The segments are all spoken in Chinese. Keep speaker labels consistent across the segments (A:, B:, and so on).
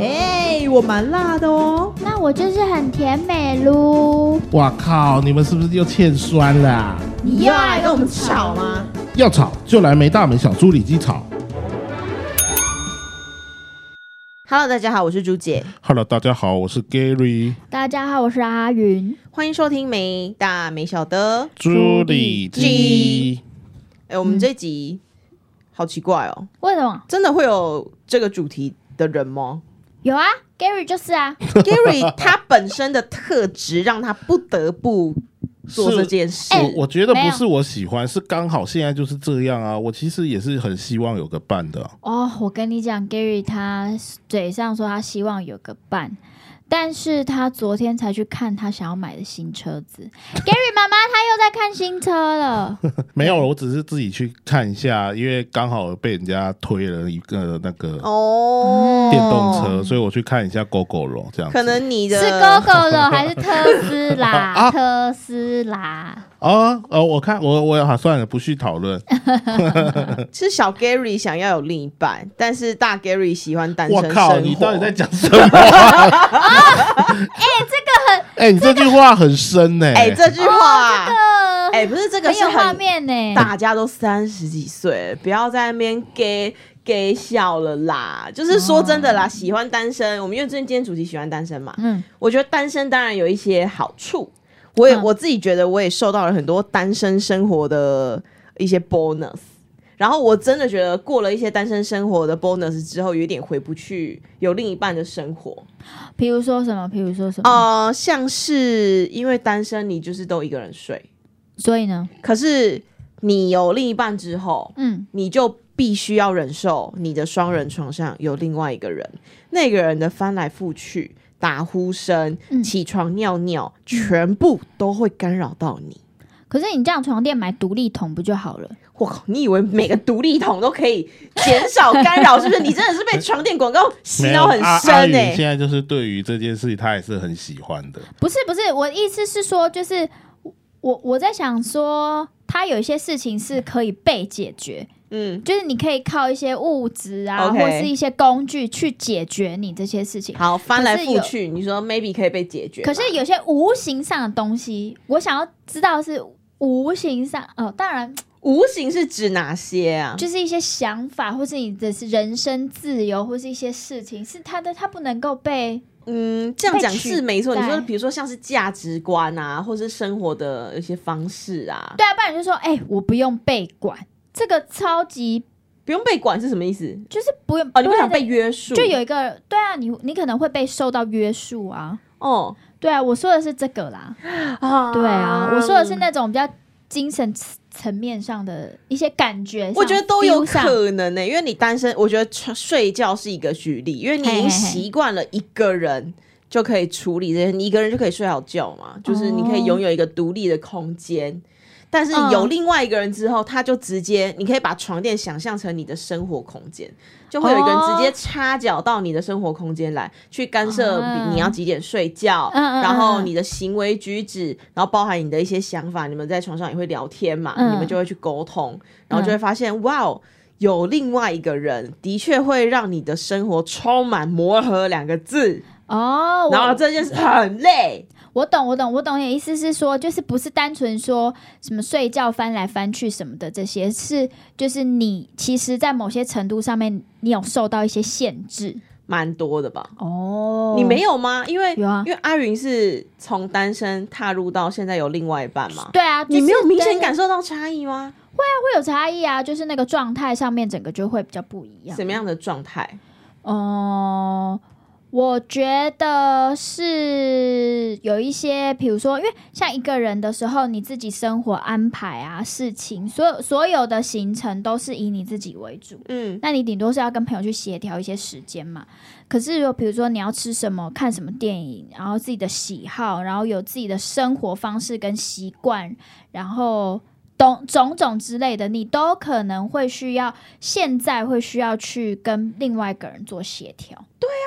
A: 哎、我蛮辣的哦。
B: 那我就是很甜美噜。
C: 哇靠！你们是不是又欠酸啦、
A: 你又要来跟我们吵吗？
C: 要吵就来没大门小猪里鸡吵。
A: Hello，大家好，我是朱姐，
C: Hello，大家好，我是 Gary，
B: 大家好，我是阿云。
A: 欢迎收听没大没小的。
C: 猪里鸡。
A: 哎、我们这集、好奇怪哦，
B: 为什么？
A: 真的会有这个主题的人 吗
B: 有啊，Gary 就是啊。
A: ？Gary 他本身的特质让他不得不做
C: 是
A: 这件事。
B: 哎
C: 我我觉得
B: 没
C: 不
B: 有
C: 是我喜欢，是刚好现在就是这样啊。我其实也是很希望有个伴的，
B: 哦，我跟你讲，Gary 他嘴上说他希望有个伴，但是他昨天才去看他想要买的新车 子。Gary 妈妈，他又在看新车了。
C: 没有，我只是自己去看一下，因为刚好被人家推了一个那个
A: 哦
C: 电动车，所以我去看一下 GoGo 龙这样子。
A: 可能你的
B: 是 GoGo 的 还是特斯 拉？特斯拉。
C: 啊呃，我看我我好算了，不去讨论。
A: 是小 Gary 想要有另一半，但是大 Gary 喜欢单身
C: 我
A: 生活。
C: 靠，你到底 在讲什么啊？哎、这个很，哎、你这句话很深呢、
A: 哎、这句话，哎、
B: 呃，
A: 不是这个
B: 很
A: 是
B: 有画
A: 很
B: 面呢。
A: 大家都三十几岁了，不要在那边给给笑了啦。就是说真的啦，喜欢单身，我们因为最近今天主题喜欢单身嘛，
B: 哦嗯，
A: 我觉得单身当然有一些好处，我也、
B: 嗯
A: 我自己觉得我也受到了很多单身生活的一些 bonus。然后我真的觉得过了一些单身生活的 bonus 之后，有点回不去有另一半的生活。
B: 比如说什么？比如说什么？
A: 呃，像是因为单身，你就是都一个人睡，
B: 所以呢？
A: 可是你有另一半之后，
B: 嗯，
A: 你就必须要忍受你的双人床上有另外一个人，那个人的翻来覆去、打呼声、
B: 嗯
A: 起床、尿尿，全部都会干扰到你。
B: 可是你这样床垫买独立桶不就好了？
A: 我靠！你以为每个独立桶都可以减少干扰，是不是？你真的是被床垫广告洗
C: 没有
A: 脑很
B: 啊
C: 阿
A: 深
C: 阿宇
A: 哎、哦
C: 现在就是对于这件事，他也是很喜欢的。
B: 不是不是，我意思是说，就是我我在想说，它有一些事情是可以被解决，
A: 嗯，
B: 就是你可以靠一些物质啊
A: OK
B: 或是一些工具去解决你这些事情。
A: 好，翻来
B: 可是有
A: 覆去，你说 maybe 可以被解决吧，
B: 可是有些无形上的东西，我想要知道是无形上哦，当然
A: 无形是指哪些啊？
B: 就是一些想法，或是你的人生自由，或是一些事情，是它的，它不能够被
A: 嗯，这样
B: 被
A: 讲
B: 取
A: 是没错。你说，
B: 代
A: 比如说像是价值观啊，或是生活的一些方式啊，
B: 对啊，不然就说，哎、我不用被管，这个超级
A: 不用被管是什么意思？
B: 就是不用
A: 哦，你不
B: 会
A: 想
B: 的
A: 被约束？
B: 就有一个对啊，你你可能会被受到约束啊，
A: 哦
B: 对啊，我说的是这个啦，
A: 啊
B: 对啊，我说的是，那种比较精神层层面上的一些感觉上，
A: 我觉得都有
B: feel 上
A: 可能欸呢、因为你单身，我觉得睡睡觉是一个举例，因为你已
B: 嘿嘿
A: 经
B: 嘿
A: 习惯了一个人。就可以处理这些，你一个人就可以睡好觉嘛，就是你可以
B: 哦
A: 拥有一个独立的空间。但是
B: 嗯
A: 有另外一个人之后，他就直接，你可以把床垫想象成你的生活空间，就会有一个人
B: 哦
A: 直接插脚到你的生活空间来，去干涉
B: 啊
A: 你你要几点睡觉，
B: 嗯嗯嗯
A: 然后你的行为举止，然后包含你的一些想法，你们在床上也会聊天嘛，
B: 嗯
A: 你们就会去沟通，然后就会发现，哇哦，有另外一个人，的确会让你的生活充满磨合两个字，
B: 哦，
A: 然后
B: 我
A: 这件事很累，
B: 我懂我懂我懂你的意思是说，就是不是单纯说什么睡觉翻来翻去什么的这些，是就是你其实，在某些程度上面，你有受到一些限制
A: 蛮多的吧？
B: 哦，
A: 你没有吗？因为
B: 有啊
A: 因为阿云是从单身踏入到现在有另外一半嘛，
B: 对啊，
A: 你没有
B: 就是
A: 明显
B: 跟
A: 感受到差异吗？
B: 会有差异啊，就是那个状态上面整个就会比较不一样。
A: 什么？样的状态？
B: 哦、我觉得是有一些，比如说，因为像一个人的时候，你自己生活安排啊、事情，所有所有的行程都是以你自己为主。
A: 嗯，
B: 那你顶多是要跟朋友去协调一些时间嘛。可是，如果比如说你要吃什么、看什么电影，然后自己的喜好，然后有自己的生活方式跟习惯，然后种种种之类的，你都可能会需要现在会需要去跟另外一个人做协调。嗯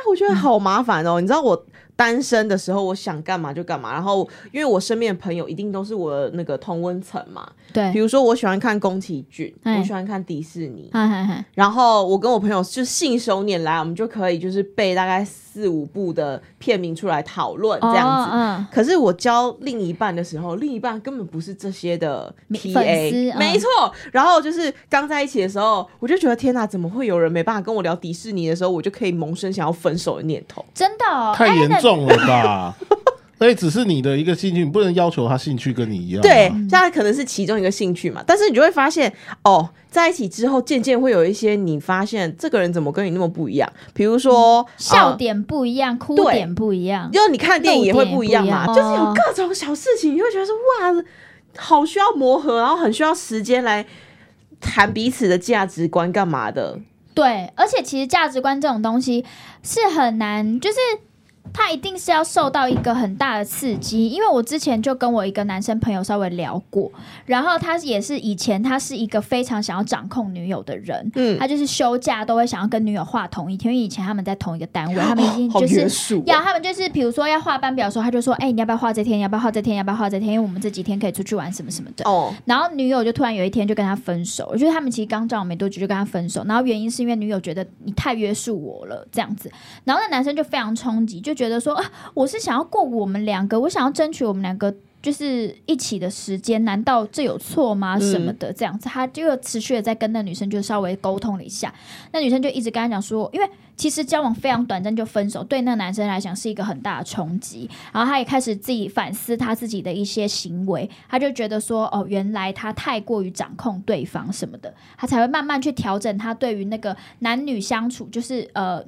A: 我觉得好麻烦哦。你知道我单身的时候，我想干嘛就干嘛。然后，因为我身边的朋友一定都是我的那个同温层嘛，比
B: 对，
A: 如说我喜欢看宫崎骏，
B: 哎
A: 我喜欢看迪士尼，
B: 嗨嗨嗨，
A: 然后我跟我朋友就信手拈来，我们就可以就是背大概四五部的片名出来讨论这样子。
B: 哦
A: 可是我教另一半的时候，另一半根本不是这些的
B: 粉
A: TA，
B: 丝嗯
A: 没错。然后就是刚在一起的时候，我就觉得天哪，怎么会有人没办法跟我聊迪士尼的时候，我就可以萌生想要分手的念头？
B: 嗯，真的哦，
C: 太
B: 哎
C: 严
B: 那
C: 重了 吧？所以只是你的一个兴趣，你不能要求他兴趣跟你一
B: 嗯
C: 样啊。
A: 对，大家可能是其中一个兴趣嘛，但是你就会发现，哦，在一起之后，渐渐会有一些你发现这个人怎么跟你那么不一样，比如说、
B: 嗯笑
A: 呃
B: 点不一样，哭
A: 对
B: 点不一样，
A: 因为你看电影也会不一样嘛，
B: 露
A: 就
B: 点
A: 是
B: 也不一
A: 有
B: 样哦
A: 各种小事情，你会觉得说哇，好需要磨合，然后很需要时间来谈彼此的价值观干嘛的。
B: 对，而且其实价值观这种东西是很难，就是它一定是要受到一个很大的刺激。因为我之前就跟我一个男生朋友稍微聊过，然后他也是以前他是一个非常想要掌控女友的人，
A: 嗯
B: 他就是休假都会想要跟女友画同一天，因为以前他们在同一个单位，他们已经
A: 好
B: 就
A: 约
B: 是
A: 束哦、
B: 要他们就是，比如说要画班表的时候，他就说：“哎、你要不要画这天？你要不要画这天？要不要画这天？因为我们这几天可以出去玩什么什么的。”
A: 哦，
B: 然后女友就突然有一天就跟他分手，我觉得他们其实刚交往没多久就跟他分手，然后原因是因为女友觉得你太约束我了这样子，然后那男生就非常冲击，就觉得说啊，我是想要过我们两个，我想要争取我们两个。就是一起的时间，难道这有错吗？什么的这样子，他就持续的在跟那女生就稍微沟通了一下，那女生就一直跟他讲说，因为其实交往非常短暂就分手，对那男生来讲是一个很大的冲击。然后他也开始自己反思他自己的一些行为，他就觉得说，哦，原来他太过于掌控对方什么的，他才会慢慢去调整他对于那个男女相处，就是呃。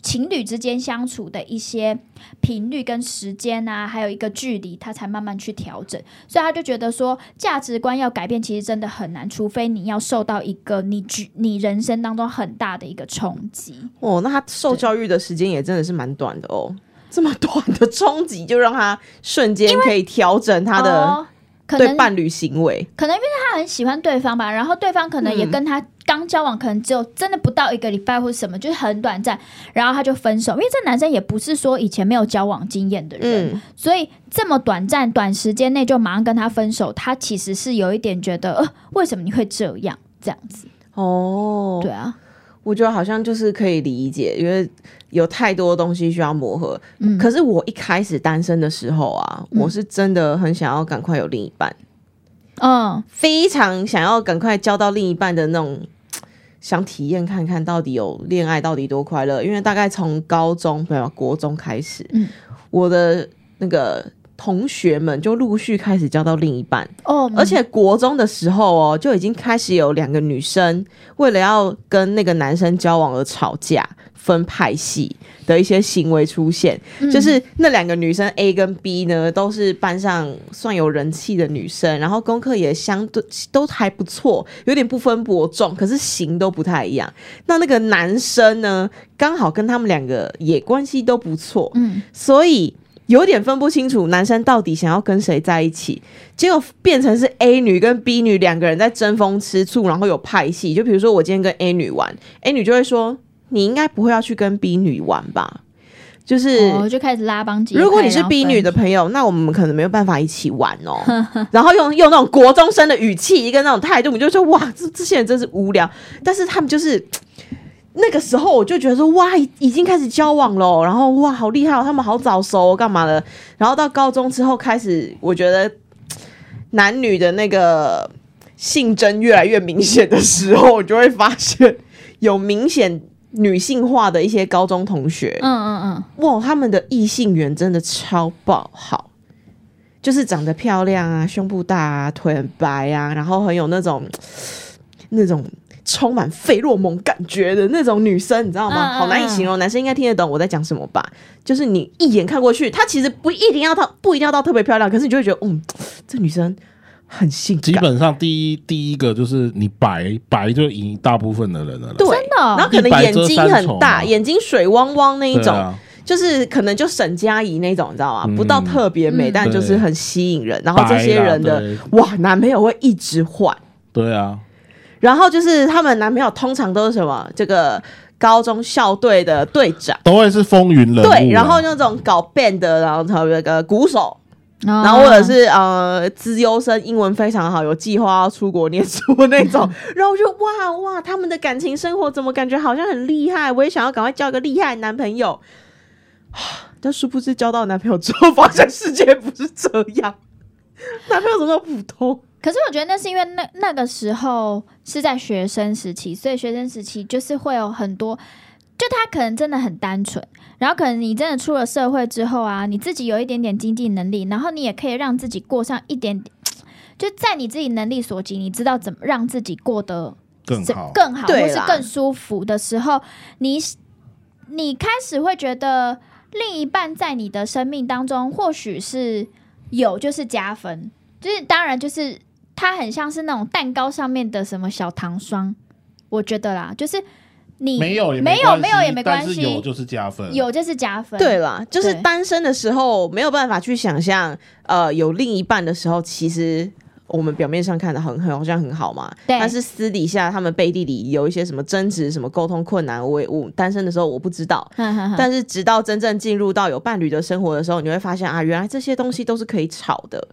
B: 情侣之间相处的一些频率跟时间啊，还有一个距离，他才慢慢去调整。所以他就觉得说，价值观要改变，其实真的很难，除非你要受到一个你举你人生当中很大的一个冲击。
A: 哦，那他受教育的时间也真的是蛮短的哦。这么短的冲击，就让他瞬间可以调整他的
B: 哦可
A: 对
B: 能
A: 伴侣行为。
B: 可能因为他很喜欢对方吧，然后对方可能
A: 嗯
B: 也跟他刚交往，可能只有真的不到一个礼拜或什么，就是很短暂，然后他就分手。因为这男生也不是说以前没有交往经验的人，
A: 嗯，
B: 所以这么短暂、短时间内就马上跟他分手，他其实是有一点觉得，呃，为什么你会这样？这样子，
A: 哦，
B: 对啊，
A: 我觉得好像就是可以理解，因为有太多东西需要磨合。
B: 嗯
A: 可是我一开始单身的时候啊，
B: 嗯
A: 我是真的很想要赶快有另一半，
B: 嗯，
A: 非常想要赶快交到另一半的那种，想体验看看到底有恋爱到底多快乐。因为大概从高中没有国中开始，
B: 嗯
A: 我的那个同学们就陆续开始交到另一半。
B: 哦，
A: 而且国中的时候哦，就已经开始有两个女生为了要跟那个男生交往而吵架、分派系的一些行为出现。
B: 嗯
A: 就是那两个女生 A 跟 B 呢，都是班上算有人气的女生，然后功课也相对都还不错，有点不分伯仲，可是型都不太一样。那那个男生呢，刚好跟他们两个也关系都不错，
B: 嗯，
A: 所以有点分不清楚男生到底想要跟谁在一起，结果变成是 A 女跟 B 女两个人在争风吃醋，然后有派系。就比如说我今天跟 A 女玩，A 女就会说：“你应该不会要去跟 B 女玩吧？”就是、
B: 我、哦、就开始拉帮结派。
A: 如果你是 B 女的朋友，那我们可能没有办法一起玩哦。然后用用那种国中生的语气跟那种态度，你就说哇，这这些人真是无聊。但是他们就是那个时候，我就觉得说哇，已已经开始交往了，然后哇，好厉害、哦，他们好早熟、哦，干嘛的？然后到高中之后开始，我觉得嗯男女的那个性征越来越明显的时候，我就会发现有明显女性化的一些高中同学，
B: 然后分，嗯嗯嗯，
A: 哇，他们的异性缘真的超爆好，就是长得漂亮啊，胸部大啊，腿很白啊，然后很有那种嗯那种充满费洛蒙感觉的那种女生，你知道吗？
B: 嗯嗯嗯
A: 好难以形容，男生应该听得懂我在讲什么吧？就是你一眼看过去，她其实不一定要到不一定要到特别漂亮，可是你就会觉得，嗯，这女生很性
C: 基
A: 感，
C: 本上第一第一个就是你白白就赢大部分的人了啦。
A: 对，
B: 真的哦
A: 然后可能
C: 一白
A: 眼
C: 遮
A: 睛
C: 三
A: 很
C: 丑
A: 大，
C: 嘛
A: 眼睛水汪汪那一
C: 对
A: 种。
C: 啊，
A: 就是可能就沈佳宜那种，你知道吗？
C: 嗯
A: 不到特别美，
B: 嗯
A: 但就是很吸引人。然后这些人的
C: 白啦
A: 哇，男朋友会一直换。
C: 对对啊，
A: 然后就是他们男朋友通常都是什么这个高中校队的队长，
C: 都会是风云人物啊。
A: 对，然后那种搞 band 的，然后还有那个鼓手，
B: 然
A: 然后或者是呃资优生，英文非常好，有计划要出国念书那种。然后我就哇哇，他们的感情生活怎么感觉好像很厉害？我也想要赶快交个厉害的男朋友。 但殊不知交到男朋友之后，发现世界不是这样，男朋友怎么那么普通？
B: 可是我觉得那是因为那那个时候是在学生时期，所以学生时期就是会有很多，就他可能真的很单纯，然后可能你真的出了社会之后啊，你自己有一点点经济能力，然后你也可以让自己过上一点点，就在你自己能力所及，你知道怎么让自己过得
C: 更
B: 是
C: 好。
B: 更好，
A: 对
B: 或是
A: 啦
B: 更舒服的时候，你你开始会觉得另一半在你的生命当中或许是有就是加分，就是当然就是它很像是那种蛋糕上面的什么小糖霜，我觉得啦，就是你
C: 没有也
B: 没有
C: 关系
B: 没有也没关
C: 但是
B: 系，
C: 有就是加分。
B: 有就是加分，
A: 对啦，就是
B: 对
A: 单身的时候没有办法去想象，呃，有另一半的时候，其实。我们表面上看的很很好像很好嘛，
B: 对
A: 但是私底下他们背地里有一些什么争执、什么沟通困难，我也我单身的时候我不知道，
B: 哼哼哼，
A: 但是直到真正进入到有伴侣的生活的时候，你会发现啊，原来这些东西都是可以吵的。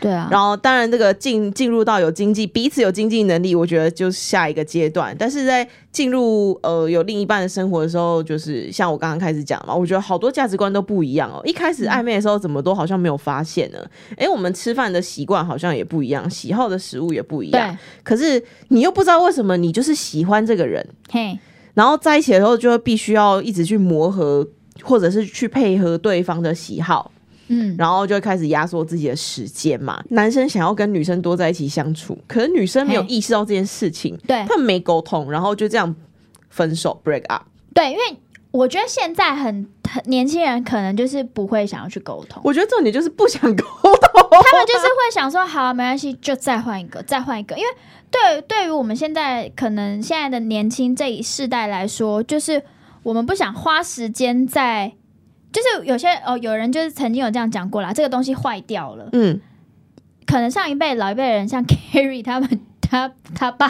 B: 对啊，
A: 然后，当然这个进进入到有经济，彼此有经济能力，我觉得就是下一个阶段。但是在进入呃有另一半的生活的时候，就是像我刚刚开始讲嘛，我觉得好多价值观都不一样哦。一开始
B: 嗯
A: 暧昧的时候，怎么都好像没有发现呢？诶，我们吃饭的习惯好像也不一样，喜好的食物也不一样
B: 对。，
A: 可是你又不知道为什么，你就是喜欢这个人。
B: 嘿，
A: 然后在一起的时候就会必须要一直去磨合，或者是去配合对方的喜好，
B: 嗯，
A: 然后就会开始压缩自己的时间嘛。男生想要跟女生多在一起相处，可是女生没有
B: 嘿
A: 意识到这件事情，
B: 对
A: 他们没沟通，然后就这样分手 break up。
B: 对，因为我觉得现在很很年轻人可能就是不会想要去沟通。
A: 我觉得重点就是不想沟通，
B: 他们就是会想说，好、没关系，就再换一个，再换一个。因为对对于我们现在可能现在的年轻这一世代来说，就是我们不想花时间在，就是有些哦，有人就是曾经有这样讲过啦，这个东西坏掉了，
A: 嗯，
B: 可能上一辈老一辈人像 Carry 他们。他他爸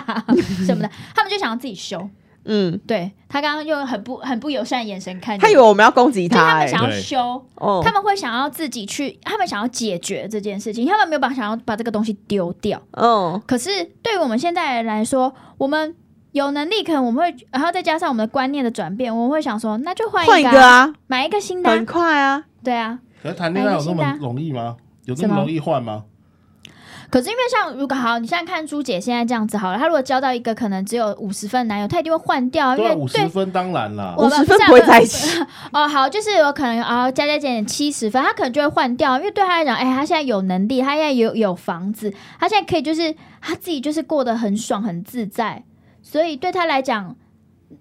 B: 什么的，他们就想要自己修。
A: 嗯，
B: 对他刚刚用很不很不友善的眼神看你，
A: 他以为我们要攻击
B: 就哎他
A: 他、
B: 们
A: 欸，
B: 想要
C: 对
B: 修，
A: 哦
B: 他，们会想要自己去，他们想要解决这件事情，他们没有把想要把这个东西丢掉。
A: 嗯，
B: 可是对于我们现在人来说，我们有能力，可能我们会，然后再加上我们的观念的转变，我们会想说，那就换
A: 换
B: 一
A: 一
B: 个啊、
A: 个啊，
B: 买一个新的啊、
A: 很快啊，
B: 对啊。
C: 可是谈恋爱有那
B: 哎
C: 么
B: 你信的
C: 容易吗？有这
B: 什
C: 么
B: 么
C: 容易换吗？
B: 可是因为像如果好，你现在看朱姐现在这样子好了，她如果交到一个可能只有五十分的男友，她一定会换掉啊，因
C: 对啊，
B: 为
C: 五十
B: 对
C: 分当然啦。
B: 我
A: 五
B: 们
A: 十分
B: 不是啊
A: 不会在一起，
B: 哦，好，就是有可能啊、加加减减七十分，他可能就会换掉，因为对他来讲，哎、他现在有能力，他现在有有房子，他现在可以就是他自己就是过得很爽很自在，所以对他来讲，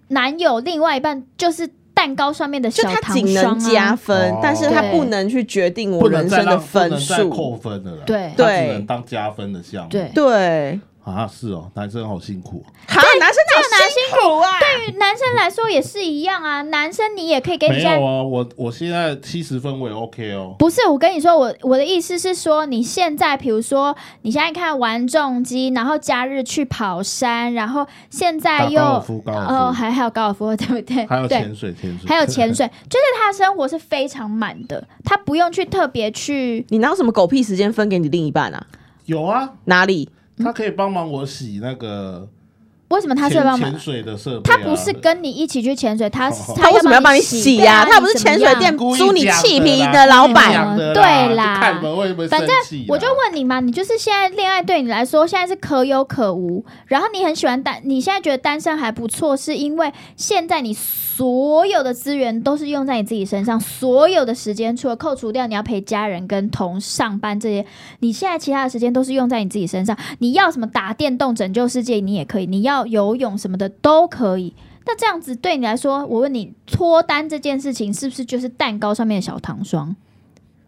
B: 男友另外一半就是蛋糕上面的
A: 就
B: 小
A: 他
B: 糖
A: 仅
B: 霜
A: 能加
B: 啊，
A: 分
C: 哦，
A: 但是他
B: 对
A: 不能去决定我
C: 不能
A: 人
C: 再
A: 生的
C: 让不能
A: 分
C: 再
A: 数。
C: 扣分的啦，
B: 对
C: 它只
A: 对
C: 能当加分的项目。
B: 对，
A: 对，
C: 啊，是哦，男生好辛苦哦，
A: 好，男生哪有辛苦啊？
B: 对于男生来说也是一样啊，男生你也可以给你
C: 没
B: 现在
C: 有啊，我我现在七十分我也 OK 哦，
B: 不是，我跟你说，我我的意思是说，你现在，比如说，你现在看玩重机，然后假日去跑山，然然后现在
C: 打
B: 又
C: 高尔夫高尔夫
B: 哎哦，还还有高尔夫，对不对？
C: 还有
B: 对
C: 潜水潜水，
B: 还有潜水，就是他的生活是非常满的，他不用去特别去。
A: 你拿有什么狗屁时间分给你另一半啊？
C: 有啊，
A: 哪里？
C: 他可以帮忙我洗那个
B: 为什么他是
C: 潜
B: 帮忙
C: 潜？水的设备
B: 他
C: 啊，
B: 不是跟你一起去潜水，他
C: 哦
A: 他为什么要帮
B: 帮
A: 你
B: 洗
A: 洗
B: 对
A: 呀、
B: 啊？
A: 他不是潜水店
B: 你
C: 故意
A: 租你
C: 讲
A: 气
C: 的
A: 皮
C: 啦
A: 的老板？
C: 讲的
B: 啊对
C: 啦，
B: 啦
C: 就看你们会不会
B: 反
C: 生
B: 正
C: 气啦。
B: 我就问你嘛，你就是现在恋爱对你来说现在是可有可无，然后你很喜欢单，你现在觉得单身还不错，是因为现在你所有的资源都是用在你自己身上，所有的时间除了扣除掉你要陪家人跟同上班这些，你现在其他的时间都是用在你自己身上。你要什么打电动拯救世界，你也可以；你要游泳什么的都可以。那这样子对你来说，我问你，脱单这件事情是不是就是蛋糕上面的小糖霜？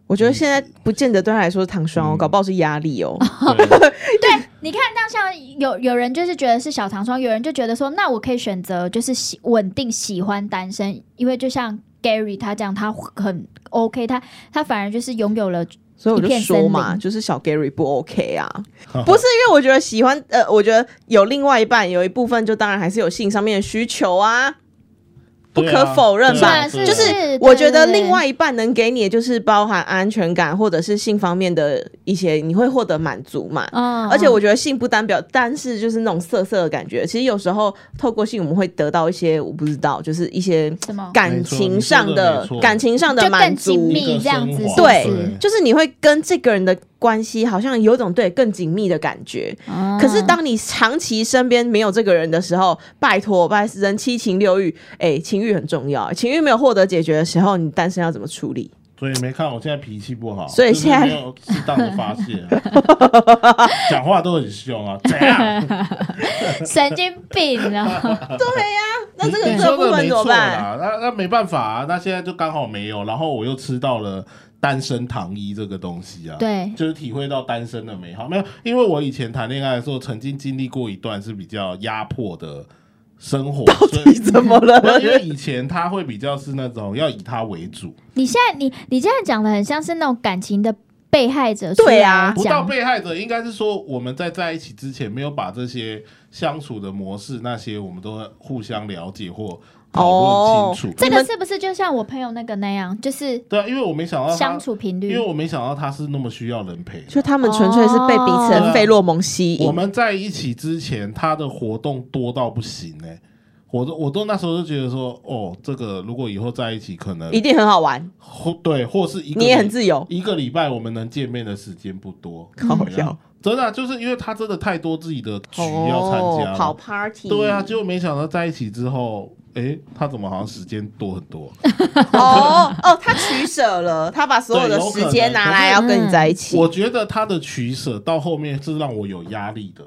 A: 我觉得现在不见得对他来说是糖霜哦，
C: 嗯
A: 搞不好是压力哦。
C: 对啊
B: 你看，那像有有人就是觉得是小糖霜，有人就觉得说，那我可以选择就是喜稳定喜欢单身，因为就像 Gary 他这样，他很 OK，他他反而就是拥有了
A: 所以我就
B: 一片森
A: 说嘛，
B: 林
A: 就是小 Gary 不 OK 啊，不是因为我觉得喜欢，呃，我觉得有另外一半，有一部分就当然还是有性上面的需求啊，不
C: 对啊
A: 可否认
C: 对
A: 吧？
C: 啊
B: 是
A: 就是
B: 对
A: 我觉得
B: 对对
A: 另外一半能给你的就是包含安全感或者是性方面的一些，你会获得满足嘛。
B: 嗯，
A: 而且我觉得性不单表，但是就是那种色色的感觉。其实有时候透过性，我们会得到一些我不知道，就是一些
B: 什么
A: 感情上
C: 没
A: 的
C: 错
A: 感情上的
B: 就
A: 满
B: 更
A: 足，
B: 紧密
C: 一个
B: 这样子
C: 升，华
B: 是不是
C: 对
A: 就是你会跟这个人的关系好像有种对更紧密的感觉。
B: 嗯
A: 可是当你长期身边没有这个人的时候，拜托，拜人七情六欲，哎、情欲很重要，情欲没有获得解决的时候，你单身要怎么处理？
C: 所以没看我现在脾气不好，
A: 所以现在
C: 就是没有适当的发泄、啊 讲话都很凶啊，怎样？
B: 神经病啊，
A: 那这个
C: 你
A: 这
C: 说
A: 部
C: 的
A: 分
C: 没
A: 怎么
C: 错
A: 办？
C: 啦，那那没办法啊，那现在就刚好没有，然后我又吃到了单身糖衣这个东西啊，，
B: 对，
C: 就是体会到单身的美好。没有，因为我以前谈恋爱的时候，曾经经历过一段是比较压迫的生活，所
A: 你
C: 以
A: 怎么
C: 没有因为
A: 了？
C: 以前他会比较是那种要以他为主，
B: 你现在你你现在讲的很像是那种感情的被害者出
A: 对啊
B: 来
C: 不到
B: 讲，
C: 被害者，应该是说我们在在一起之前没有把这些相处的模式那些我们都互相了解或讨论清楚。
B: 这
A: 你
B: 个
A: 们
B: 是不是就像我朋友那个那样，就是
C: 对啊，因为我没想到
B: 相
C: 他，
B: 处频
C: 因为
B: 率？
C: 我没想到他是那么需要人陪的。
A: 就他们纯粹是被彼此的费洛蒙吸
C: 我
A: 引，
C: 们在一起之前，他的活动多到不行呢、我都我都那时候就觉得说，哦，这个如果以后在一起，可能
A: 一定很好玩，
C: 或对，或是一个
A: 你也
C: 礼
A: 很自由。
C: 一个礼拜我们能见面的时间不多，
A: 靠
C: 对啊
A: 腰
C: 真的啊、就是因为他真的太多自己的局要参
A: 哦
C: 加，了，
A: 跑 party，
C: 对啊，结果没想到在一起之后，诶，他怎么好像时间多很 多？
A: 哦哦，他取舍了，他把所有的时间拿来要跟你在一起。
C: 我觉得他的取舍到后面是让我有压力的，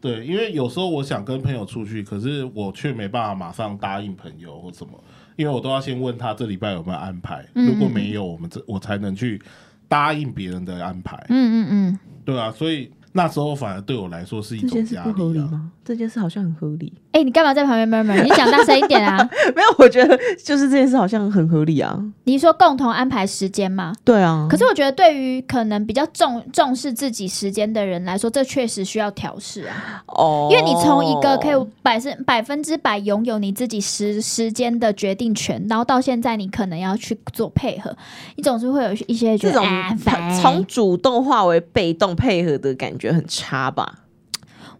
C: 对，因为有时候我想跟朋友出去，可是我却没办法马上答应朋友或什么，因为我都要先问他这礼拜有没有安排，
B: 嗯
C: 如果没有，我们这我才能去答应别人的安排，
B: 嗯嗯嗯，
C: 对啊，所以那时候反而对我来说是一
A: 这
C: 种
A: 件事
C: 压
A: 不合
C: 力
A: 理
C: 啊。
A: 吗？这件事好像很合理。
B: 哎、你干嘛在旁边 murmur？你讲大声一点啊！
A: 没有，我觉得就是这件事好像很合理啊。
B: 你说共同安排时间吗？
A: 对啊，
B: 可是我觉得，对于可能比较重重视自己时间的人来说，这确实需要调试啊。
A: 哦，
B: 因为你从一个可以百分百分之百拥有你自己时时间的决定权，然后到现在你可能要去做配合，你总是会有一些
A: 这
B: 觉得
A: 种哎
B: 啊烦
A: 从主动化为被动配合的感觉很差吧？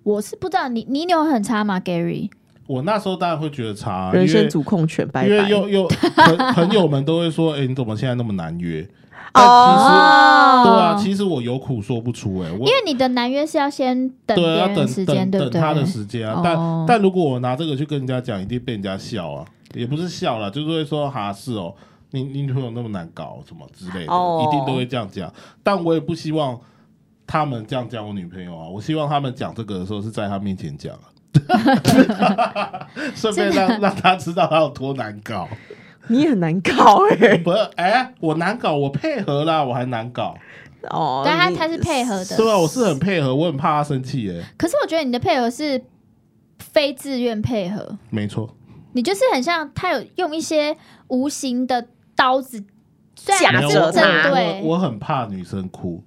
B: 我是不知道你你有很差吗，Gary？
C: 我那时候当然会觉得差啊，
A: 人
C: 因为
A: 生主控权，拜
C: 因为
A: 拜。
C: 又又朋朋友们都会说，哎、你怎么现在那么难约？但其实
A: 哦
C: 对啊，其实我有苦说不出哎、我
B: 因为你的难约是要先等别
C: 对啊，
B: 人
C: 等
B: 的时间，
C: 等
B: 对不
C: 等
B: 对？
C: 他的时间
B: 哦
C: 啊，但但如果我拿这个去跟人家讲，一定被人家笑啊，也不是笑啦，就是会说哈是哦，你你女朋友那么难搞什么之类的，
A: 哦
C: 一定都会这样讲。但我也不希望他们这样讲我女朋友啊，我希望他们讲这个的时候是在她面前讲啊。 顺便让让他知道他有多难搞，
A: 你也很难搞哎、
C: 不是？哎、我难搞，我配合啦，我还难搞，
A: 哦，
B: 但啊他
A: 你
B: 他是配合的，
C: 对啊，我是很配合，我很怕他生气耶、
B: 可是我觉得你的配合是非自愿配合，
C: 没错，
B: 你就是很像他有用一些无形的刀子，虽然
A: 架
C: 没有
A: 着
C: 我
B: 是针
A: 他
B: 对
C: 我我很怕女生哭，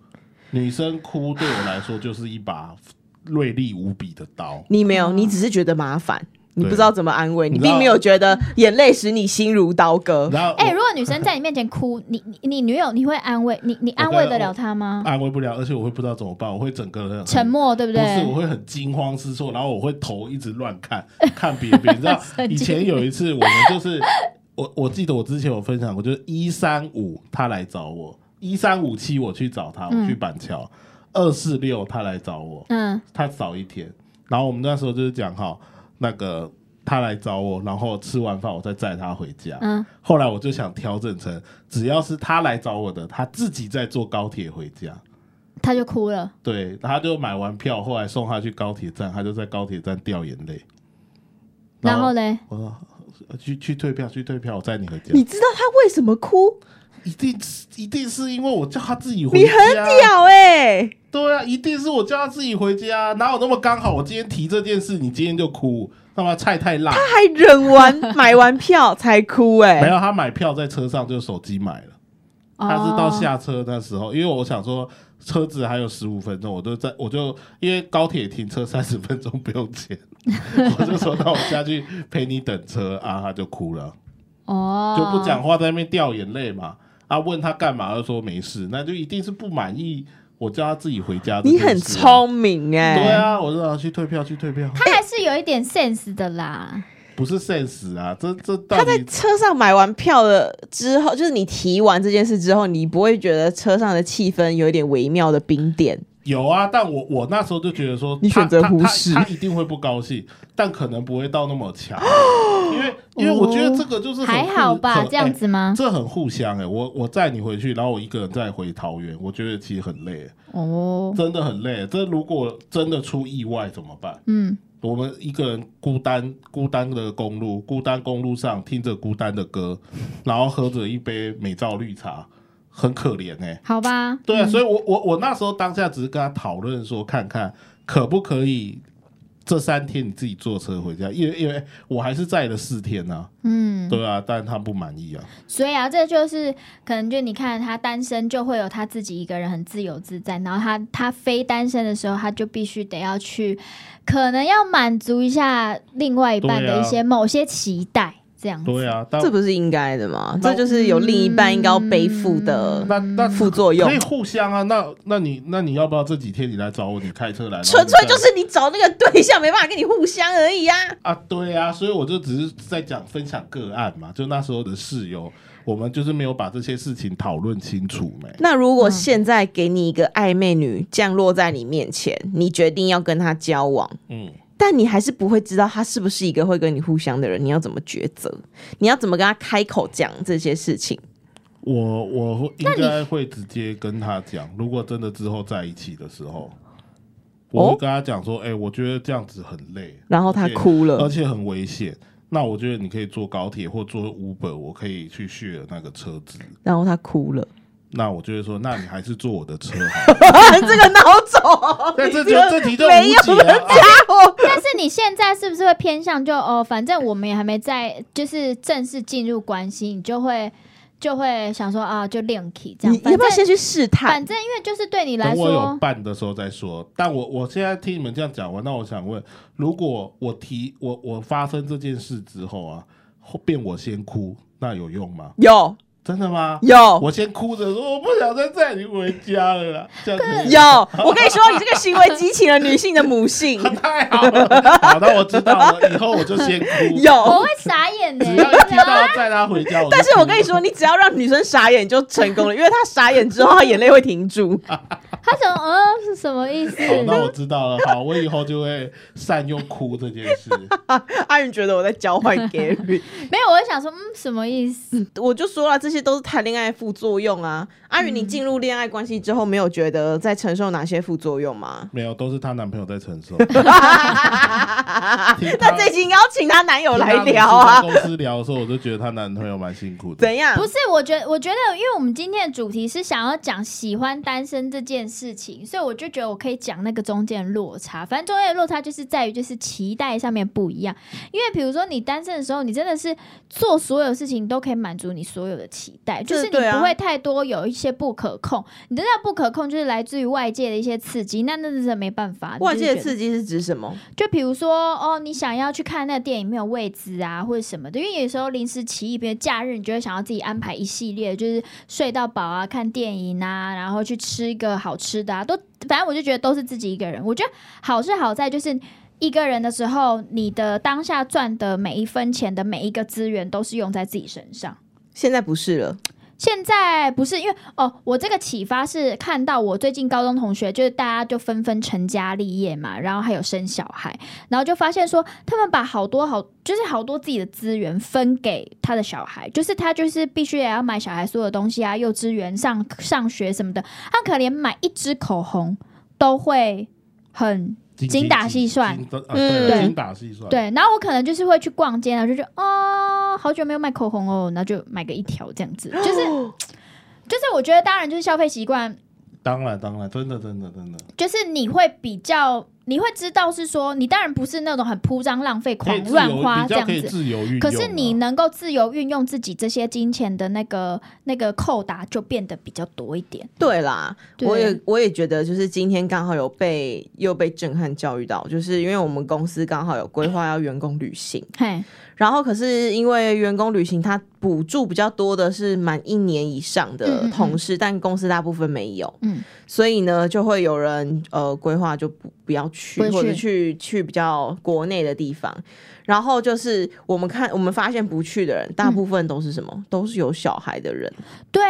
C: 女生哭对我来说就是一把锐利无比的刀。
A: 你没有，
B: 嗯
A: 你只是觉得麻烦，你不
C: 对
A: 知道怎么安慰，你
C: 你知道
A: 并没有觉得眼泪使你心如刀割。
C: 然后我
B: 哎、如果女生在你面前哭，你你你女友你会安慰你你安慰得了她吗？
C: 安慰不了，而且我会不知道怎么办，我会整个人很
B: 沉。默，对不
C: 不
B: 对？
C: 是，我会很惊慌失措，然后我会头一直乱看， 看别别。你知 道
B: 神经
C: 以前有一次，我们就是我我记得我之前有分享过，就是一三五他来找我，一三五七我去找他，我去板桥，二四六他来找我，
B: 嗯，
C: 他早一天，然后我们那时候就是讲好，那个他来找我，然后吃完饭我再载他回家。
B: 嗯，
C: 后来我就想调整成，只要是他来找我的，他自己再坐高铁回家。
B: 她就哭了。
C: 对，他就买完票，后来送他去高铁站，他就在高铁站掉眼泪。
B: 然后嘞，
C: 我说呃去去退票，去退票，我载你回家。
A: 你知道他为什么哭？
C: 一定是一定是因为我叫他自己回
A: 你
C: 家。
A: 很屌哎、
C: 对啊，一定是我叫他自己回家，哪有那么刚好？我今天提这件事，你今天就哭，他妈菜太辣。
A: 还忍完买完票才哭哎、
C: 没有，他买票在车上就手机买了，他是到
B: 哦
C: 下车那时候，因为我想说车子还有十五分钟，我都在我就因为高铁停车三十分钟不用 钱，我就说那我下去陪你等车啊，他就哭了，
B: 哦，
C: 就不讲话，在那边掉眼泪嘛。啊，问他干嘛，他就说没事，那就一定是不满意我叫他自己回家这
A: 你
C: 件事啊。
A: 很聪明哎、
C: 对啊，我就让他去退票，去退票，
B: 他还是有一点 sense 的啦。
C: 不是 sense 啊，这这到
A: 他在
C: 底
A: 车上买完票了之后，就是你提完这件事之后，你不会觉得车上的气氛有一点微妙的冰点？
C: 有啊，但我我那时候就觉得说，
A: 你
C: 他
A: 选择
C: 他
A: 忽
C: 他
A: 视
C: 他一定会不高兴，但可能不会到那么强，因为因为我觉得这个就是很
B: 还
C: 互
B: 好吧，
C: 很
B: 这样
C: 哎
B: 子吗？
C: 这很互相哎、我我载你回去，然后我一个人再回桃园，我觉得其实很累，
B: 哦，
C: 真的很累。这如果真的出意外怎么办？
B: 嗯，
C: 我们一个人孤单孤单的公路，孤单公路上听着孤单的歌，然后喝着一杯美造绿茶，很可怜哎、
B: 好吧，
C: 对
A: 嗯
C: 啊，所以我我我那时候当下只是跟他讨论说，看看可不可以这三天你自己坐车回家，因为因为我还是在了四天呢、
B: 嗯，
C: 对啊，但他不满意啊，
B: 所以啊，这就是可能就你看他单身就会有他自己一个人很自由自在，然后他他非单身的时候，他就必须得要去，可能要满足一下另外一半
C: 对啊
B: 的一些某些期待，这样子。
C: 对啊，但
A: 这不是应该的吗？
C: 那
A: 这就是有另一半应该要背负的
C: 那那
A: 副作用
C: 可以。互相啊，那那你那你要不要这几天你来找我，你开车来，然后
A: 纯粹
C: 你再
A: 就是你找那个对象没办法跟你互相而已啊！
C: 啊，对啊，所以我就只是在讲分享个案嘛，就那时候的室友，我们就是没有把这些事情讨论清楚没。
A: 那如果现在给你一个暧昧女降落在你面前，你决定要跟她交往，
C: 嗯，
A: 但你还是不会知道她是不是一个会跟你互相的人，你要怎么抉择？你要怎么跟她开口讲这些事情？
C: 我我会应该会直接跟他讲，如果真的之后在一起的时候，我会跟他讲说，哎、我觉得这样子很累，
A: 然后她哭
C: 而
A: 了，
C: 且很危险。那我觉得你可以坐高铁或坐 Uber，我可以去 share 那个车子。
A: 然后她哭 了，
C: 那我就会说，那你还是坐我的车好了。
A: 啊这个脑肿，
C: 但这就
A: 个
C: 这题就无
A: 没有
C: 解了、啊。
B: 但是你现在是不是会偏向就哦，反正我们也还没在，就是正式进入关系，你就会就会想说啊，就恋 k 这样。
A: 你
B: 反
A: 要不要
B: 正
A: 先去试探
B: 反？正因为就是对你来
C: 等我有
B: 说，
C: 办的时候再说。但我我现在听你们这样讲完，那我想问，如果我提我我发生这件事之后啊，后变我先哭，那有用吗？
A: 有
C: 真的吗？
A: 有
C: 我先哭着说我不想再载你回家了啦，这样子
A: 有，我跟你说，你这个行为激起了女性的母性。
C: 太好了，好，那我知道了，以后我就先哭。
B: 我
A: 有，
B: 会傻眼的、
C: 只要一听到载他回家，
A: 但是我跟你
C: 说，
A: 说，你只要让女生傻眼就成功了，因为她傻眼之后，她眼泪会停住。
B: 他想，嗯，是什么意思？
C: 好，那我知道了，好，我以后就会善用哭这件事。
A: 阿仁觉得我在教 坏 Gary，
B: 没有，我就想说，嗯，什么意思？
A: 我就说了，这些都是谈恋爱的副作用啊。阿云，
B: 嗯
A: 你进入恋爱关系之后，没有觉得在承受哪些副作用 吗？
C: 没有，都是她男朋友在承受。
A: 那这集应该要请她男友来聊
C: 听她
A: 啊。
C: 每次跟公司聊的时候，我就觉得她男朋友蛮辛苦 的。
A: 怎样？
B: 不是，我觉得，我觉得，因为我们今天的主题是想要讲喜欢单身这件事情，所以我就觉得我可以讲那个中间的落差。反正中间的落差就是在于就是期待上面不一样，因为比如说你单身的时候，你真的是做所有事情都可以满足你所有的期待，
A: 这
B: 就是你
A: 对啊
B: 不会太多有一些不可控。你的那不可控就是来自于外界的一些刺激，那那真的没办法。
A: 外界的
B: 激。
A: 刺激是指什么？
B: 就比如说，哦，你想要去看那个电影没有位置啊，或者什么的，因为有时候临时起意，比如假日，你就会想要自己安排一系列，就是睡到饱啊，看电影啊，然后去吃一个好吃的啊，都反正我就觉得都是自己一个人。我觉得好是好在就是。一个人的时候，你的当下赚的每一分钱的每一个资源都是用在自己身上。
A: 现在不是了，
B: 现在不是因为哦，我这个启发是看到我最近高中同学，就是大家就纷纷成家立业嘛，然后还有生小孩，然后就发现说他们把好多好就是好多自己的资源分给他的小孩，就是他就是必须也要买小孩所有东西啊，幼稚园上上学什么的，他可怜买一支口红都会很精打细算
C: 精啊
A: 嗯
C: 对啊，精打细算。
B: 对，然后我可能就是会去逛街，然后就觉得哦，好久没有买口红哦，然后就买个一条这样子，就是就是我觉得当然就是消费习惯，
C: 当然当然，真的真的真的，
B: 就是你会比较你会知道是说，你当然不是那种很铺张浪费、
C: 可以
B: 狂
C: 自
B: 乱
C: 由
B: 花
C: 比
B: 这
C: 较
B: 样
C: 可以
B: 子。
C: 自由运用啊。
B: 可是你能够自由运用自己这些金钱的那个那个扣打，就变得比较多一点。
A: 对啦，
B: 对
A: 我也我也觉得，就是今天刚好有被又被震撼教育到，就是因为我们公司刚好有规划要员工旅行，
B: 嘿，
A: 然后可是因为员工旅行它补助比较多的是满一年以上
B: 嗯嗯
A: 的
B: 嗯
A: 同事，但公司大部分没有，
B: 嗯，
A: 所以呢就会有人呃规划就不不要去，
B: 不会去
A: 或者去去比较国内的地方。然后就是我们看我们发现不去的人，大部分都是什么？
B: 嗯
A: 都是有小孩的人。
B: 对，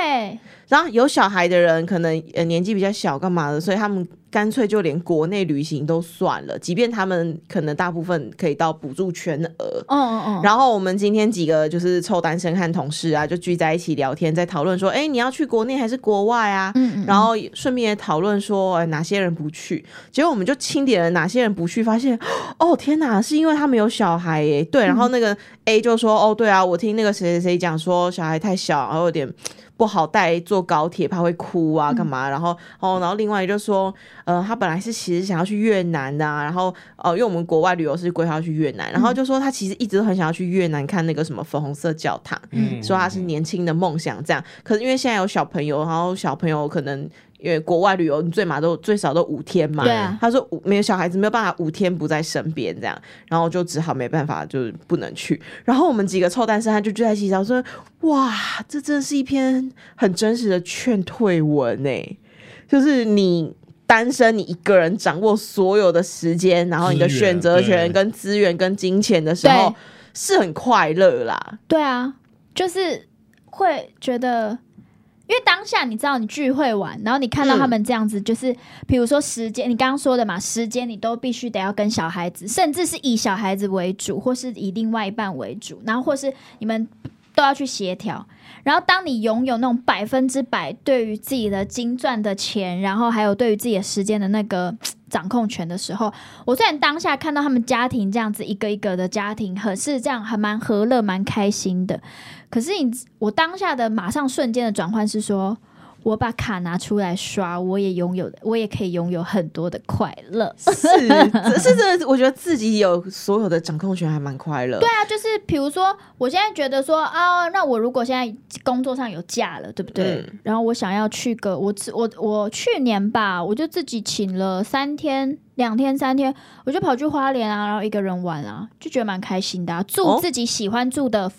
A: 然后有小孩的人可能呃年纪比较小，干嘛的，所以他们干脆就连国内旅行都算了，即便他们可能大部分可以到补助全额。
B: 嗯嗯嗯，
A: 然后我们今天几个就是臭单身汉同事啊，就聚在一起聊天，在讨论说，哎，你要去国内还是国外啊？
B: 嗯嗯，
A: 然后也顺便也讨论说、哎、哪些人不去，结果我们就清点了哪些人不去，发现 哦天哪，是因为他们有小孩耶。
B: 嗯
A: 对，然后那个 A 就说哦对啊，我听那个谁谁谁讲说小孩太小，然后有点不好带坐高铁，怕会哭
B: 嗯
A: 啊干嘛。然后哦，然后另外就说呃他本来是其实想要去越南的、啊，然后哦、因为我们国外旅游是规划去越南，然
B: 嗯
A: 后就说他其实一直都很想要去越南看那个什么粉红色教堂，
C: 嗯
A: 说他是年轻的梦想这样。可是因为现在有小朋友，然后小朋友可能因为国外旅游，你最码都最少都五天嘛。
B: 对啊，
A: 他说五没有小孩子没有办法五天不在身边这样，然后就只好没办法就是不能去。然后我们几个臭蛋生他就聚在一起讲说，哇，这真的是一篇很真实的劝退文呢、就是你。单身，你一个人掌握所有的时间，然后你的
C: 资源
A: 选择权、
C: 对
A: 跟资源、跟金钱的时候
B: 对，
A: 是很快乐啦。
B: 对啊，就是会觉得，因为当下你知道你聚会完，然后你看到
A: 嗯
B: 他们这样子，就是比如说时间，你刚刚说的嘛，时间你都必须得要跟小孩子，甚至是以小孩子为主，或是以另外一半为主，然后或是你们都要去协调。然后当你拥有那种百分之百对于自己的金赚的钱，然后还有对于自己的时间的那个。掌控权的时候，我虽然当下看到他们家庭这样子一个一个的家庭，很是这样，还蛮和乐、蛮开心的。可是你，我当下的马上瞬间的转换是说，我把卡拿出来刷，我也拥有，我也可以拥有很多的快乐。
A: 是，这是真的是，我觉得自己有所有的掌控权，还蛮快乐。对
B: 对啊，就是比如说，我现在觉得说啊，那我如果现在工作上有假了，对不对？
A: 嗯
B: 然后我想要去个我自我我去年吧，我就自己请了三天、两天、三天，我就跑去花莲啊，然后一个人玩啊，就觉得蛮开心的、啊。住
A: 哦
B: 自己喜欢住的，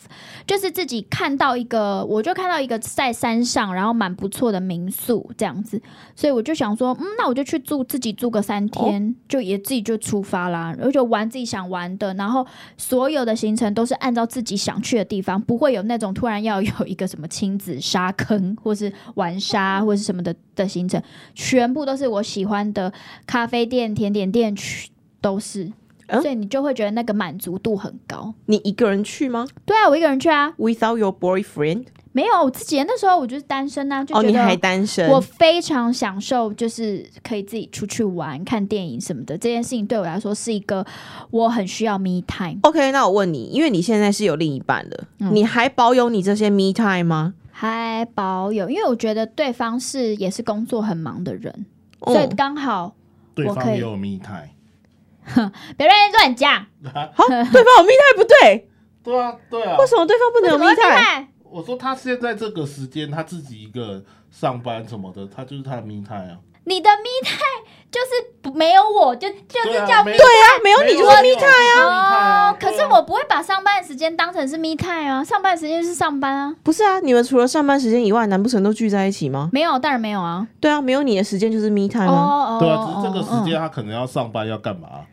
B: 就是自己看到一个，我就看到一个在山上，然后蛮不错的民宿这样子，所以我就想说，嗯，那我就去住自己住个三天，
A: 哦
B: 就也自己就出发啦，而且玩自己想玩的，然后所有的行程都是按照自己想去的地方，不会有那种突然要有一个什么亲子沙坑或是玩 沙或是什么的的行程，全部都是我喜欢的咖啡店、甜点店去都是，
A: 嗯
B: 所以你就会觉得那个满足度很高。
A: 你一个人去吗
B: 对啊，我一个人去啊，
A: ？Without your boyfriend？
B: 没有我自己那时候我就是单身啊，就
A: 哦，
B: 觉
A: 你
B: 得、
A: 还单身？
B: 我非常享受，就是可以自己出去玩、看电影什么的。这件事情对我来说是一个我很需要 me time，
A: OK，那我问你，因为你现在是有另一半的，
B: 嗯
A: 你还保有你这些 me time 吗？
B: 还保有，因为我觉得对方是也是工作很忙的人，所以
A: 嗯，
B: 刚好
C: 对
B: 我
C: 方
B: 可以
C: 也有密态，
B: 别乱乱讲，
A: 好，对方有 me time 不对，
C: 对啊，对啊
A: 为。什么对方不能有
B: 怎么
A: me
B: 会
A: time？
B: time？
C: 我说他现在这个时间，他自己一个人上班什么的，他就是他的密态啊。
B: 你的 me time 就是不没有我，就就是
C: 对啊，
B: 叫
C: 没
B: me
A: 对
C: 有
A: 啊，没有你就是 me
C: 密态啊
B: 哦。可是我不会把上班的时间当成是 me time 啊，上班的时间是上班啊，
A: 不是啊？你们除了上班时间以外，难不成都聚在一起吗？
B: 没有，当然没有啊。
A: 对啊，没有你的时间就是 me time
B: 哦
A: 啊。
B: 哦，
C: 对啊，只是这个
B: 哦
C: 时，间他可能要上班要干嘛？
B: 哦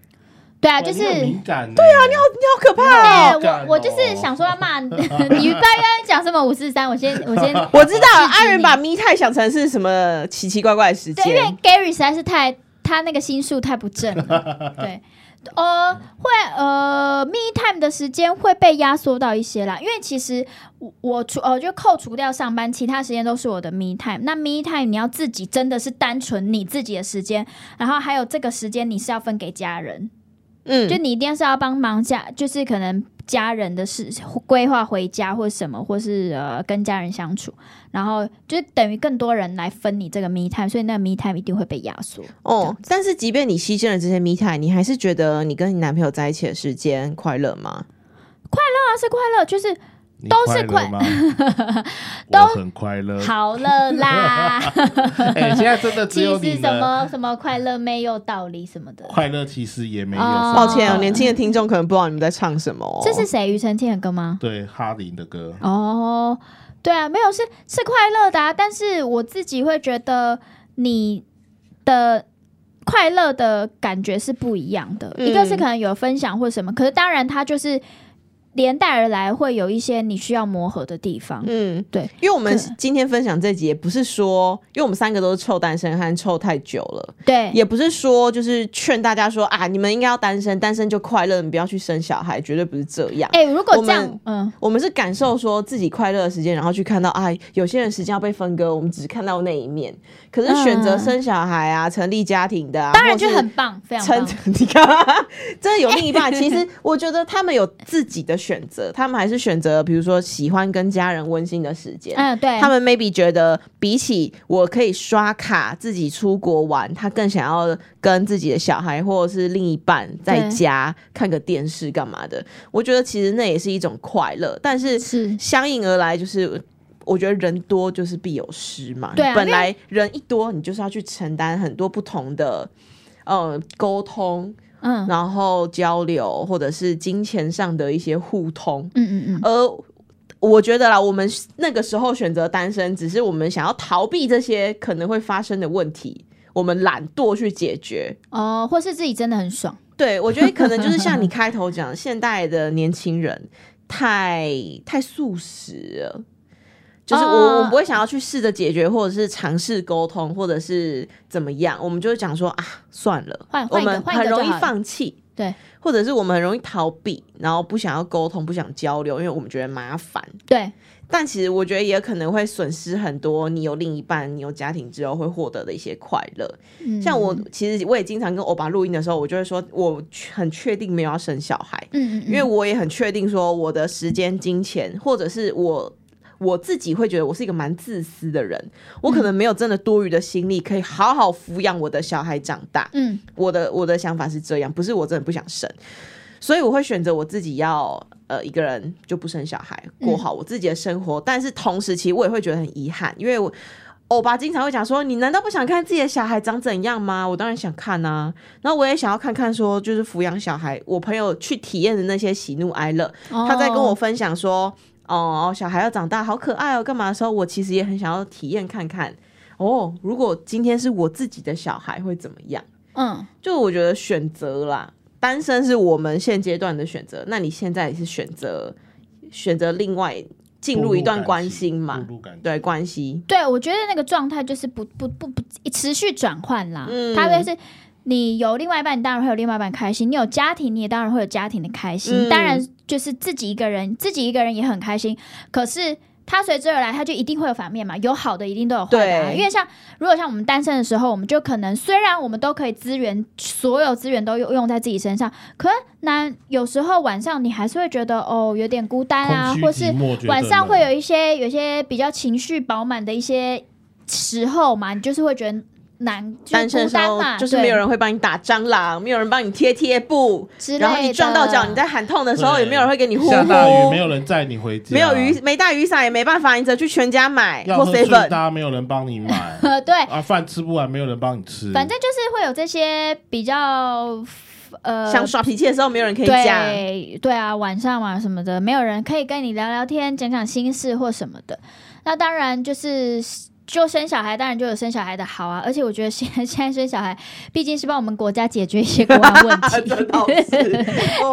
B: 对啊，
C: 啊
B: 就是
C: 敏感。对啊，你好
A: 你好可怕
B: 哎、
A: 哦！
C: 干
B: 我我就是
C: 哦
B: 想说要骂你， 不要要讲什么五四三，我先我先，
A: 我知道了，
B: 制止
A: 阿仁
B: 你
A: 把 me time 想成是什么奇奇怪怪的时
B: 对，因为
A: 间，
B: Gary 实在是太他那个心术太不正 了，对。呃，会呃，me time 的时间会被压缩到一些啦，因为其实我我除呃就扣除掉上班，其他时间都是我的 me time。那 me time 你要自己真的是单纯你自己的时间，然后还有这个时间你是要分给家人，就
A: 嗯，
B: 你一定是要帮忙家，就是可能家人的事规划回家或什么，或是呃跟家人相处，然后就是等于更多人来分你这个 me time，所以那个 me time 一定会被压缩。啊
A: 哦，但是即便你牺牲了这些 me time，你还是觉得你跟你男朋友在一起的时间快乐吗？
B: 那是快乐，就是
C: 你
B: 都是
C: 快
B: 快
C: 乐吗？
B: 都
C: 我很快乐。
B: 好了啦。
C: 哎、现在真的只
B: 其
C: 有
B: 实
C: 你
B: 什
C: 了。
B: 么什么快乐没有道理什么的。
C: 快乐其实也没有。
B: 哦
A: 抱歉哦，
B: 嗯
A: 年轻的听众可能不知道你们在唱什么、哦。
B: 这是谁？庾澄庆的歌吗？
C: 对哈林的歌，
B: 哦，对啊，没有是是快乐的、啊，但是我自己会觉得你的快乐的感觉是不一样的，
A: 嗯
B: 一个是可能有分享或什么，可是当然它就是连带而来会有一些你需要磨合的地方。
A: 嗯，
B: 对，
A: 因为我们
B: 可
A: 今天分享这集，也不是说，因为我们三个都是臭单身汉，臭太久了，
B: 对，
A: 也不是说就是劝大家说啊，你们应该要单身，单身就快乐，你不要去生小孩，绝对不是这样。
B: 哎、如果
A: 我
B: 这样
A: 们，
B: 嗯，
A: 我们是感受说自己快乐的时间，然后去看到啊，有些人时间要被分割，我们只看到那一面。可是选择
B: 嗯
A: 生小孩啊，成立家庭的、啊，
B: 当然
A: 或是
B: 就很棒，非常
A: 成
B: 棒。，
A: 你看嘛，真的有另一半。其实我觉得他们有自己的选择，他们还是选择，比如说喜欢跟家人温馨的时间。
B: 嗯，对，
A: 他们 maybe 觉得，比起我可以刷卡自己出国玩，他更想要跟自己的小孩或者是另一半在
B: 对
A: 家看个电视干嘛的。我觉得其实那也是一种快乐，但是
B: 是
A: 相应而来就是。我觉得人多就是必有失嘛，
B: 对啊
A: 本
B: 因为
A: 来人一多，你就是要去承担很多不同的，呃，沟通，
B: 嗯嗯
A: 然后交流，或者是金钱上的一些互通。
B: 嗯嗯，
A: 而呃我觉得啦，我们那个时候选择单身，只是我们想要逃避这些可能会发生的问题，我们懒惰去解决。
B: 哦，或是自己真的很爽，
A: 对，我觉得可能就是像你开头讲，现代的年轻人太太速食了，就是我、
B: 哦
A: 我们不会想要去试着解决，或者是尝试沟通，或者是怎么样，我们就会讲说啊，算了，
B: 换
A: 我
B: 换一个
A: 们
B: 换一个
A: 很
B: 就
A: 容易
B: 好了
A: 放弃，
B: 对，
A: 或者是我们很容易逃避，然后不想要沟通，不想交流，因为我们觉得麻烦。
B: 对，
A: 但其实我觉得也可能会损失很多，你有另一半，你有家庭之后会获得的一些快乐。
B: 嗯
A: 像我
B: 嗯，
A: 其实我也经常跟欧巴录音的时候，我就会说，我很确定没有要生小孩，
B: 嗯，
A: 因为我也很确定说我的时间、金钱，或者是我。我自己会觉得我是一个蛮自私的人，我可能没有真的多余的心力可以好好抚养我的小孩长大。
B: 嗯
A: 我的我的想法是这样，不是我真的不想生，所以我会选择我自己要呃一个人就不生小孩，过好我自己的生活。但是同时，其实我也会觉得很遗憾，因为我欧巴经常会讲说：“你难道不想看自己的小孩长怎样吗？”我当然想看啊，然后我也想要看看说，就是抚养小孩，我朋友去体验的那些喜怒哀乐。
B: 嗯，
A: 他在跟我
B: 哦
A: 分享说：“哦，小孩要长大，好可爱哦，干嘛？”的时候，我其实也很想要体验看看。哦，如果今天是我自己的小孩会怎么样？
B: 嗯。
A: 就我觉得选择啦，单身是我们现阶段的选择。那你现在也是选择选择另外进入一段关系嘛
C: 步？入感情
A: 对，关系。
B: 对，我觉得那个状态就是不不不不持续转换啦，
A: 嗯
B: 它会是。你有另外一半，你当然会有另外一半开心；你有家庭，你也当然会有家庭的开心。
A: 嗯
B: 当然，就是自己一个人，自己一个人也很开心。可是它随之而来，它就一定会有反面嘛，有好的一定都有坏的、啊。
A: 对
B: 因为像如果像我们单身的时候，我们就可能虽然我们都可以资源，所有资源都用用在自己身上，可是那有时候晚上你还是会觉得哦有点孤单啊
C: 空，虚
B: 或是
C: 寂寞觉得
B: 晚上
C: 冷
B: 会有一些有一些比较情绪饱满的一些时候嘛，你就是会觉得难，就
A: 单身的
B: 是孤
A: 时
B: 单
A: 候
B: 嘛，
A: 就是
B: 对
A: 没有人会帮你打蟑螂，没有人帮你贴贴布，
B: 之类的。
A: 然后你撞到脚，你在喊痛的时候
C: 对
A: 也没有人会给你呼呼，
C: 下大雨，没有人载你回家，
A: 没有雨没带雨伞也没办法，你只能去全家买
C: 要
A: 或
C: 喝醉，大
A: seven。
C: 家没有人帮你 买
B: 呃 对，
C: 啊，饭吃不完，没有人帮你吃，
B: 反正就是会有这些比较呃
A: 想耍脾气的时候，没有人可以讲。
B: 对对啊，晚上嘛什么的，没有人可以跟你聊聊天，讲讲心事或什么的。那当然就是。就生小孩，当然就有生小孩的好啊！而且我觉得现在 现在生小孩，毕竟是帮我们国家解决一些国安问题。
A: 这倒 是，哦，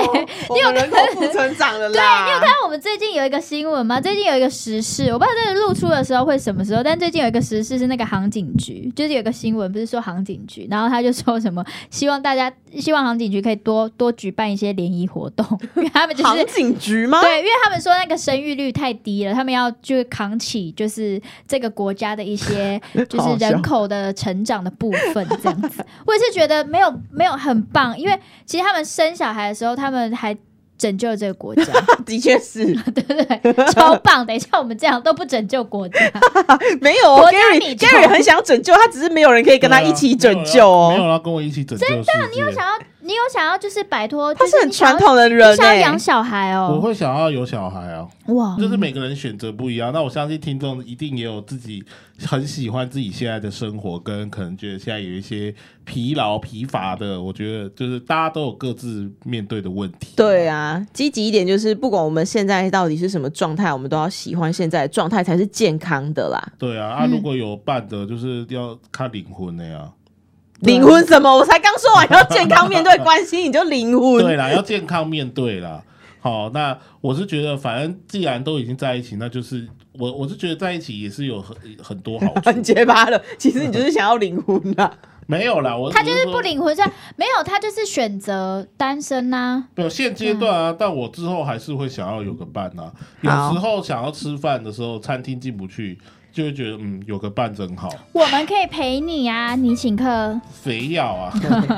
A: 我们人口负成长了啦。对，
B: 那我们最近有一个新闻吗？最近有一个时事，我不知道这个露出的时候会什么时候，但最近有一个时事是那个航警局，就是有一个新闻，不是说航警局，然后他就说什么希望大家希望航警局可以多多举办一些联谊活动， 因为他们就是
A: 航警局吗？
B: 对，因为他们说那个生育率太低了，他们要就是扛起就是这个国家的 一些就是人口的成长的部分这样子。我也是觉得没有没有很棒，因为其实他们生小孩的时候，他们还拯救了这个国家，
A: 的确是
B: 对不 对？超棒！等一下我们这样都不拯救国 家，
A: 没有哦
B: 国家米
A: ，Gary
B: 虫
A: Gary 很想拯救，他只是没有人可以跟他一起拯救
C: 没有
A: 哦。
C: 人要跟我一起拯救。真的，你有
B: 想要你有想要就是摆脱，
A: 他
B: 就是
A: 很
B: 你想
A: 传
B: 要
A: 统的
B: 你
A: 人
B: 想要
A: 哎
B: 养，小孩
C: 我
B: 哦，
C: 会想要有小孩啊，
A: 哦
B: 哇，
C: 就是每个人选择不一样。那我相信听众一定也有自己很喜欢自己现在的生活，跟可能觉得现在有一些疲劳、疲乏的。我觉得就是大家都有各自面对的问题。
A: 对啊，积极一点就是，不管我们现在到底是什么状态，我们都要喜欢现在的状态才是健康的啦。
C: 对啊，啊，如果有伴的，就是要看灵魂的呀。
B: 对啊
A: 灵魂什么？我才刚说完要健康面对关系，你就灵
C: 对
A: 魂。
C: 啦，要健康面对啦。好，那我是觉得，反正既然都已经在一起，那就是我我是觉得在一起也是有很很多好 处。
A: 很结巴了，其实你就是想要灵魂啊 啦。
C: 没有啦，我
B: 他就是嗯不
C: 说
B: 领婚证，没有他就是选择单身呐、
C: 没有现阶段
B: 嗯
C: 啊，但我之后还是会想要有个伴啊。有
A: 好
C: 时候想要吃饭的时候，餐厅进不去，就会觉得嗯，有个伴真好。
B: 我们可以陪你啊，你请客。
C: 肥药啊，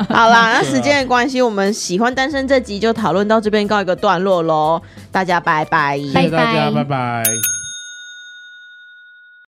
A: 好啦，那
C: 对啊
A: 时间的关系，我们喜欢单身这集就讨论到这边告一个段落喽，大家拜拜。
C: 谢谢大家，
B: 拜拜
C: 拜拜